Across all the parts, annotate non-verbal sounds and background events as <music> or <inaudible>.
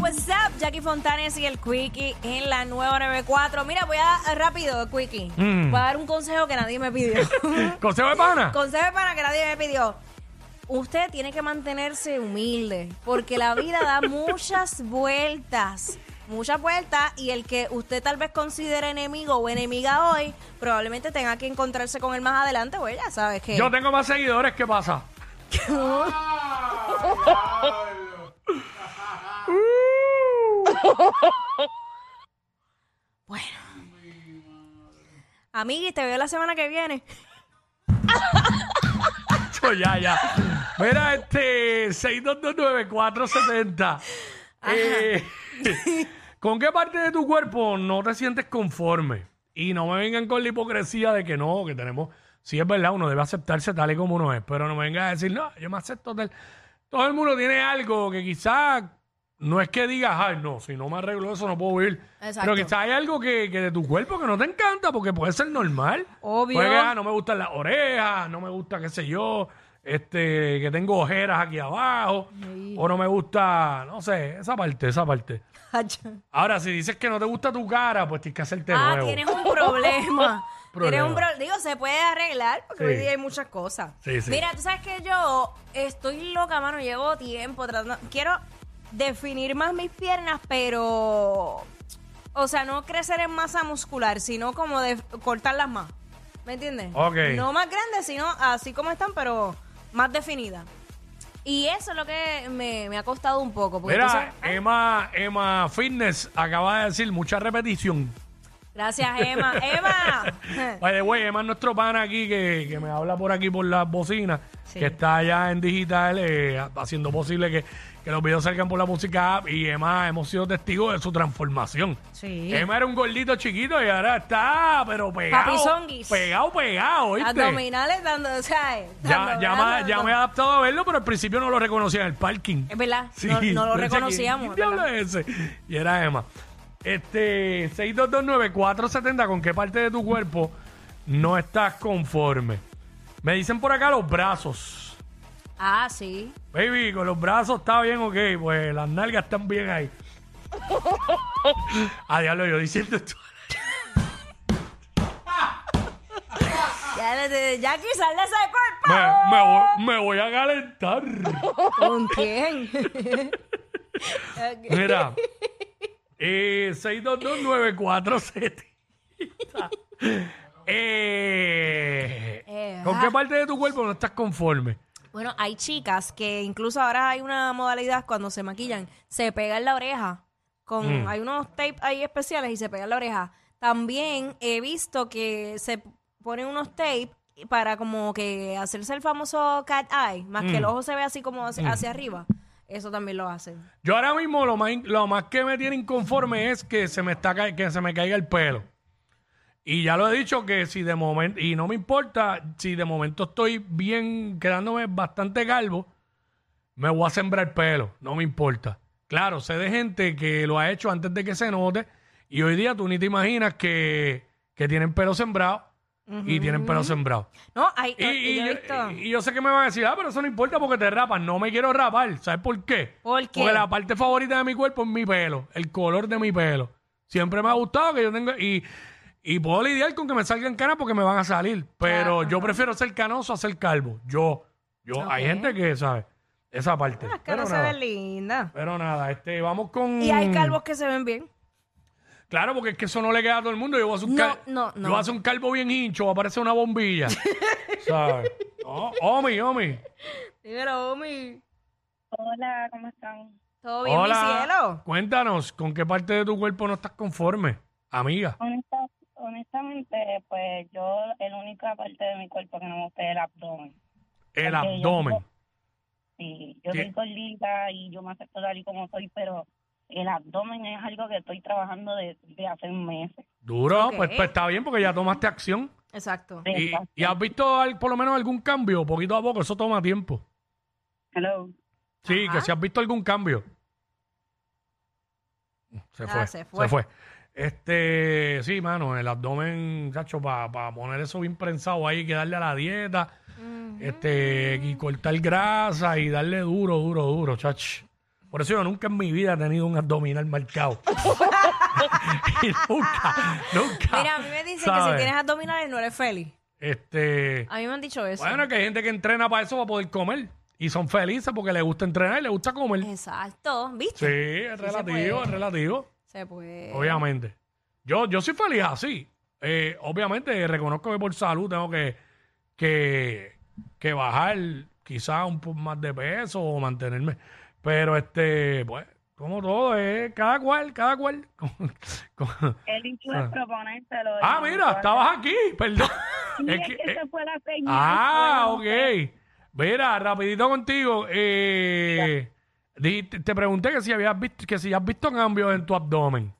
What's up, Jackie Fontanes y el Quickie en la nueva 94. Mira, voy a rápido, Quickie. Voy a dar un consejo que nadie me pidió. Mm. <laughs> Consejo de pana. <laughs> consejo para que nadie me pidió. Usted tiene que mantenerse humilde porque la vida <laughs> da muchas vueltas. Muchas vueltas y el que usted tal vez considere enemigo o enemiga hoy, probablemente tenga que encontrarse con él más adelante o ella, ¿sabes qué? Yo tengo más seguidores, ¿qué pasa? <laughs> Bueno. Amigui, te veo la semana que viene. <laughs> Yo, ya, ya. Mira, este 6229470. Eh, ¿Con qué parte de tu cuerpo no te sientes conforme? Y no me vengan con la hipocresía de que no, que tenemos. Sí, es verdad, uno debe aceptarse tal y como uno es, pero no me vengas a decir, no, yo me acepto tal. Todo el mundo tiene algo que quizás no es que digas, ay, no, si no me arreglo eso no puedo vivir. Exacto. Pero quizás hay algo que, que de tu cuerpo que no te encanta porque puede ser normal. Obvio. Puede que, ah, no me gustan las orejas, no me gusta, qué sé yo, este, que tengo ojeras aquí abajo, o no me gusta, no sé, esa parte, esa parte. Ahora, si dices que no te gusta tu cara, pues tienes que hacerte Ah, nuevo. tienes un <laughs> problema. Tienes Problema. un pro- digo, se puede arreglar porque Sí. hoy día hay muchas cosas. Sí, sí. Mira, tú sabes que yo estoy loca, mano. Llevo tiempo tratando. Quiero definir más mis piernas, pero. O sea, no crecer en masa muscular, sino como de cortarlas más. ¿Me entiendes? Ok. No más grandes, sino así como están, pero más definidas. Y eso es lo que me, me ha costado un poco. Porque tú Mira, eh. sabes- Ah. Emma, Emma Fitness acaba de decir mucha repetición. ah, Gracias, <laughs> Emma. ¡Emma! By the way, Emma es nuestro pana aquí que, que me habla por aquí por las bocinas, que está allá en digital eh, haciendo posible que, que los videos salgan por la música app y Emma hemos sido testigos de su transformación. <laughs> Sí. Emma era un gordito chiquito y ahora está, pero pegado. Papizonguis. Pegado, pegado, ¿oíste? Abdominales dando, o sea, eh, Ya, dando- ya, dando- me, ya me he adaptado a verlo, pero al principio no lo reconocía en el parking. Es verdad, Sí, no, no lo yo decía, reconocíamos. ¿Quién diablo ¿verdad? es ese? Y era Emma. Este, 6229470, ¿con qué parte de tu cuerpo no estás conforme? Me dicen por acá los brazos. Ah, sí. Baby, con los brazos está bien, ok, pues las nalgas están bien ahí. <laughs> A diablo, yo diciendo esto. Ya, le- de- Jackie, sal de ese Me, cuerpo. me voy, me voy a calentar. ¿Con quién? <laughs> <laughs> Mira, eh, 6229470. Eh, Eh, ¿Con qué parte de tu cuerpo no estás conforme? bueno, hay chicas que incluso ahora hay una modalidad cuando se maquillan, se pega en la oreja. Mm. Con, Hay unos tapes ahí especiales y se pega en la oreja. También he visto que se ponen unos tapes para como que hacerse el famoso cat eye, más que el Mm. ojo se ve así como hacia, hacia arriba. Eso también lo hacen. Yo ahora mismo lo más, in- lo más que me tiene inconforme es que se me está ca- que se me caiga el pelo. Y ya lo he dicho que si de momento, y no me importa, si de momento estoy bien, quedándome bastante calvo, me voy a sembrar pelo, no me importa. Claro, sé de gente que lo ha hecho antes de que se note, y hoy día tú ni te imaginas que, que tienen pelo sembrado y tienen pelo sembrado. No, hay, Y, y y yo he yo, visto. y- y yo sé que me van a decir, ah, pero eso no importa porque te rapas. No me quiero rapar. ¿Sabes por qué? ¿Por qué? Porque la parte favorita de mi cuerpo es mi pelo, el color de mi pelo. Siempre me ha gustado que yo tenga. Y, y puedo lidiar con que me salgan canas porque me van a salir. Pero yo prefiero ser canoso a ser calvo. Yo, yo, hay gente que sabe esa parte. Ah, Las pero, caras se nada, ven lindas. pero nada, este, vamos con. Y hay calvos que se ven bien. Claro, porque es que eso no le queda a todo el mundo. Yo voy a hacer un, No, cal- no, no. Yo voy a hacer un calvo bien hincho, va a parecer una bombilla. <laughs> ¿Sabes? No, Omi, Omi. Dímelo, Omi. Hola, ¿cómo están? Todo bien, mi cielo. Cuéntanos, ¿con qué parte de tu cuerpo no estás conforme, amiga? Honesta- honestamente, pues yo, la única parte de mi cuerpo que no me gusta es el abdomen. El Ok, yo abdomen. tengo- sí, yo Sí. soy gordita y yo me acepto tal y como soy, pero el abdomen es algo que estoy trabajando desde hace meses. Duro, Ok. pues, pues está bien porque ya tomaste acción. Exacto. Y, Exacto. y has visto al- por lo menos algún cambio, poquito a poco, eso toma tiempo. Hello. Sí, Ajá. que si has visto algún cambio. Se Ah, fue, se se fue. fue. Este, sí, mano, el abdomen, chacho, para poner eso bien prensado ahí, que darle a la dieta, este, Mm. y cortar grasa y darle duro, duro, duro, chacho. Por eso yo nunca en mi vida he tenido un abdominal marcado. <laughs> y nunca, nunca. Mira, a mí me dicen que si ¿sabes? tienes abdominales no eres feliz. Este. A mí me han dicho eso. Bueno, que hay gente que entrena para eso, para poder comer. Y son felices porque les gusta entrenar y les gusta comer. Exacto, Sí, ¿viste? es se puede. relativo, es relativo. Se puede. Obviamente. Yo, yo soy feliz así. Eh, obviamente reconozco que por salud tengo que, que, que bajar quizás un poco más de peso o mantenerme. Pero este, pues, como todo, es cada cual, cada cual. <laughs> Como- como- El hecho Ah. es proponérselo. ah, y mira, hacerlo. estabas aquí, perdón. Sí, Es es que- eh, que se fue la señal, Ah, fue, no sé. ok. Mira, rapidito contigo. eh, dijiste- te pregunté que si habías visto, que si has visto cambios en tu abdomen.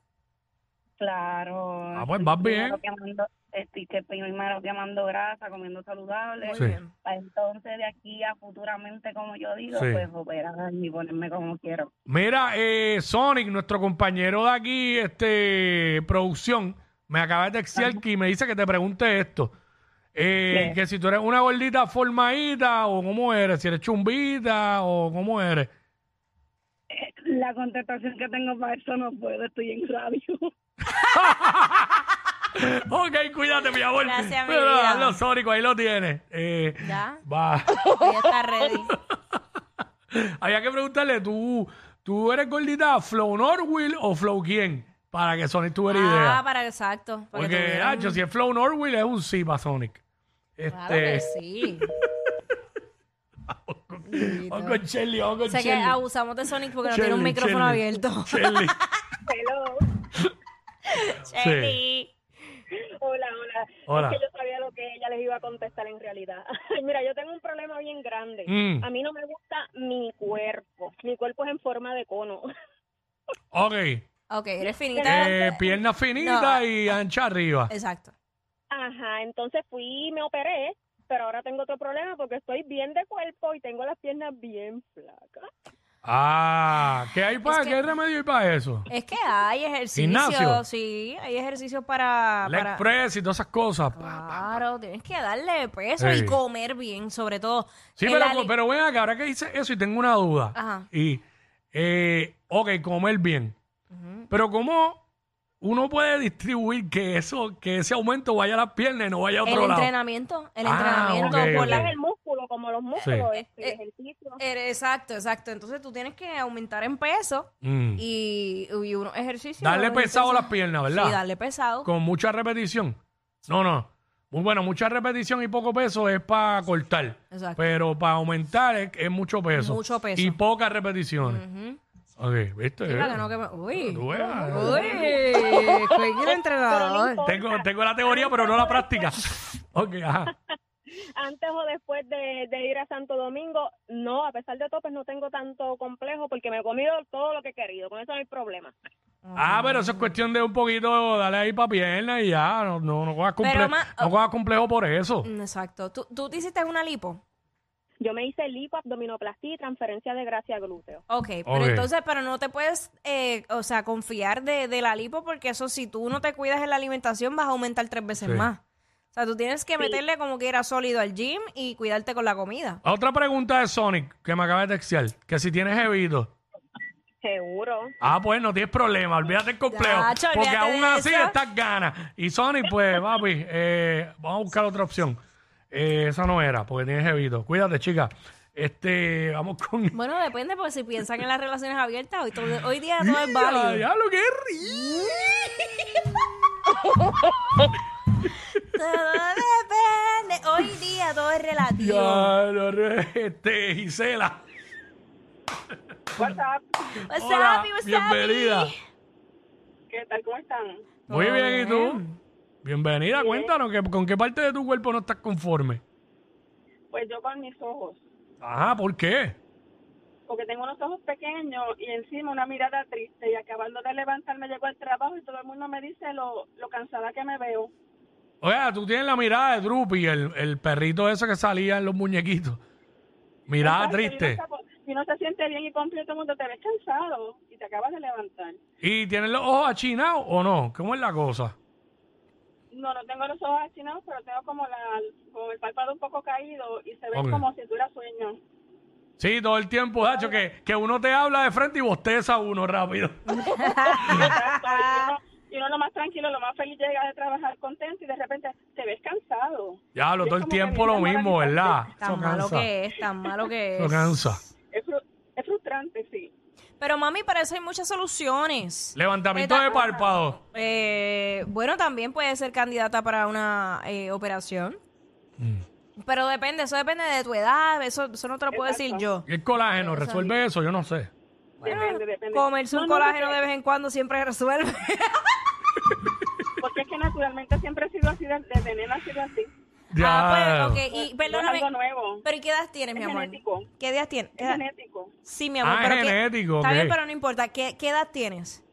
Claro. Ah, pues, estoy vas bien. primero quemando- estoy que primero quemando grasa, comiendo saludable. Muy Sí. bien. para entonces de aquí a futuramente, como yo digo, Sí. pues operar y ponerme como quiero. Mira, eh, Sonic, nuestro compañero de aquí, este, producción, me acaba de textear que- y me dice que te pregunte esto. Eh, ¿Qué? que si tú eres una gordita formadita o cómo eres, si eres chumbita o cómo <laughs> eres. Eh, La contestación que tengo para eso no puedo, estoy en radio. <laughs> ok, cuídate, mi amor. Gracias, mi Pero, vida. hazlo, Sonic, ahí lo tienes. Eh, Ya. Va. Ya <laughs> está ready. Había que preguntarle, ¿tú, tú eres gordita Flow Norwill o Flow quién? Para que Sonic tuviera Ah, idea. para exacto. Para que Porque, ah, tuvieran- Nacho, si es Flow Norwill, es un sí para Sonic. Este, Claro que sí. <laughs> Vamos con Shelly, vamos con O sea que Shelly. abusamos de Sonic porque no tiene un Shelly, micrófono Shelly. <laughs> abierto. Shelly. Hello. Shelly. Hola, hola. Hola. Es que yo sabía lo que ella les iba a contestar en realidad. <laughs> Mira, yo tengo un problema bien grande. Mm. A mí no me gusta mi cuerpo. Mi cuerpo es en forma de cono. <laughs> <laughs> Ok. Ok, eres finita. Eh, pierna finita No. y ancha arriba. Exacto. Ajá, entonces fui y me operé, pero ahora tengo otro problema porque estoy bien de cuerpo y tengo las piernas bien flacas. Ah, ¿qué hay para Es que- qué remedio hay para eso? Es que hay Gimnasio. ejercicios, sí, hay ejercicios para, Leg Ah, para- press y todas esas cosas. Claro, tienes que darle peso Sí. y comer bien, sobre todo. Sí, El pero, ali- pero ven acá, ahora que hice eso y tengo una duda. Ajá. Y, eh, ok, comer bien. Pero ¿cómo uno puede distribuir que eso, que ese aumento vaya a las piernas y no vaya a el otro lado? entrenamiento, el Ah, entrenamiento ok, por ok. Es la el músculo, como los músculos, Sí. este, Eh, ejercicio. Eh, Exacto, exacto. Entonces tú tienes que aumentar en peso Mm. y, y unos ejercicios. Darle unos pesado a las ejercicios. piernas, Sí, ¿verdad? darle pesado. Con mucha repetición. No, no. Muy bueno, mucha repetición y poco peso es para cortar. Exacto. Pero para aumentar es, es mucho peso. Mucho peso. Y pocas repeticiones. Ujú. Ok, ¿viste? Sí, para que no queme- Uy. Tú veas. Uy. Quick, el entrenador. Tengo, tengo la teoría, pero no la práctica. <laughs> Ok, ajá. Antes o después de, de ir a Santo Domingo, no, a pesar de todo, pues no tengo tanto complejo porque me he comido todo lo que he querido. Con eso no hay problema. Ah, pero eso es cuestión de un poquito, dale ahí para pierna y ya, no, no, no cojas comple- Pero, ma- no cojas complejo por eso. Mm, Exacto. ¿Tú, tú te hiciste una lipo. Yo me hice lipo, abdominoplastía y transferencia de grasa a glúteo. Ok, pero Ok. entonces, pero no te puedes, eh, o sea, confiar de, de la lipo porque eso, si tú no te cuidas en la alimentación, vas a aumentar tres veces Sí. más. O sea, tú tienes que meterle como que era sólido al gym y cuidarte con la comida. Otra pregunta de Sonic que me acaba de textear, que si tienes jevito. Seguro. Ah, pues no tienes problema, olvídate del complejo, Chacho, porque olvídate aún de así eso. estás gana. Y Sonic, pues, papi, eh, vamos a buscar otra opción. Eh, esa no era, porque tienes jevito. Cuídate, chica. Este, vamos con... <laughs> Bueno, depende, porque si piensan en las relaciones abiertas, hoy, todo- hoy día <laughs> todo es válido. Ya, <laughs> ya, lo que es Todo depende. Hoy día todo es relativo. Ya, lo re- este, Gisela. WhatsApp, What's up, Hola, what's up? bienvenida. ¿qué tal? ¿Cómo están? Muy Todo bien, ¿y tú? bien. Bienvenida, cuéntanos, que, ¿con qué parte de tu cuerpo no estás conforme? Pues yo con mis ojos. Ajá, ¿por qué? porque tengo los ojos pequeños y encima una mirada triste y acabando de levantarme llego al trabajo y todo el mundo me dice lo, lo cansada que me veo. Oiga, tú tienes la mirada de Drupi, el, el perrito ese que salía en los muñequitos. Mirada Exacto, y uno triste. está po- Y no se siente bien y completo todo el mundo te ves cansado y te acabas de levantar. ¿Y tienes los ojos achinados o no? ¿Cómo es la cosa? No, no tengo los ojos achinados, pero tengo como la como el párpado un poco caído y se ve Ok. como si tuviera sueño. Sí, todo el tiempo, Dacho, que, que uno te habla de frente y bosteza uno rápido. Exacto, y uno- Y uno lo más tranquilo, lo más feliz llega de trabajar contento y de repente te ves cansado. Ya hablo Y es todo el como que tiempo bien lo mismo, ¿verdad? demoralizante. Tan Eso malo cansa. que es, tan malo que es. Eso cansa. Es, fru- es frustrante, sí. Pero mami, para eso hay muchas soluciones. Levantamiento Mira, de párpado. Eh, bueno, también puede ser candidata para una eh, operación. Mm. Pero depende, eso depende de tu edad, eso, eso no te lo puedo decir yo. ¿Y el colágeno resuelve eso? Yo no sé. Ah, Depende, depende. Comerse un No, no, colágeno porque- de vez en cuando siempre <laughs> resuelve. Porque es que naturalmente siempre he sido así, de- desde nena he sido así. ah, Ya. pues, ok. Y No es algo perdóname, nuevo, pero ¿y qué edad tienes, mi Es amor? Eh, genético. ¿Qué edad tienes? ¿Qué es edad- genético. Sí, mi amor, Ah, pero ¿qué- genético, Está ok. bien, pero no importa. ¿Qué, qué edad tienes?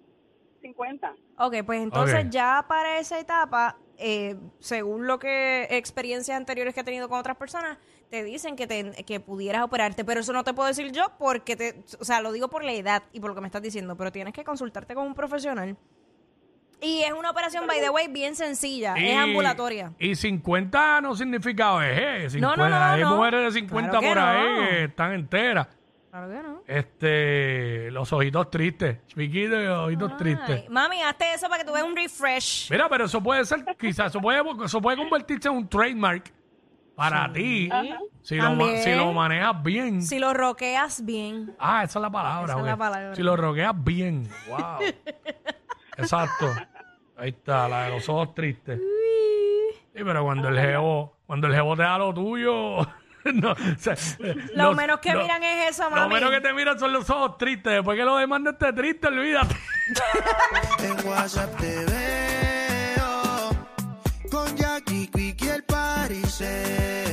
50. Ok, pues entonces Ok. ya para esa etapa, eh, según lo que experiencias anteriores que he tenido con otras personas, te dicen que, te- que pudieras operarte, pero eso no te puedo decir yo porque, te, o sea, lo digo por la edad y por lo que me estás diciendo, pero tienes que consultarte con un profesional. Y es una operación, by the way, bien sencilla, Y- es ambulatoria. Y 50 no significa vejez. No, no, 50. no, Hay no. mujeres de 50 Claro que por ahí no. que están enteras. Claro que no. Este, los ojitos tristes. Chiquitos y ojitos tristes. Ay, mami, hazte eso para que tú veas un refresh. Mira, pero eso puede ser, quizás eso puede, eso puede convertirse en un trademark para ti. Si lo, ma- También. si lo manejas bien. Si lo roqueas bien. Ah, esa es la palabra. Esa es ok. la palabra. Si lo roqueas bien. <laughs> Wow. Exacto. Ahí está, la de los ojos tristes. Sí, pero cuando el jevo, cuando el jevo te da lo tuyo, <laughs> no, o sea, Lo los- menos que lo- miran es eso, mami. Lo menos que te miran son los ojos tristes. Después que lo demanden esté triste, olvídate. En WhatsApp te veo con Jackie, Quick y el Pariseo.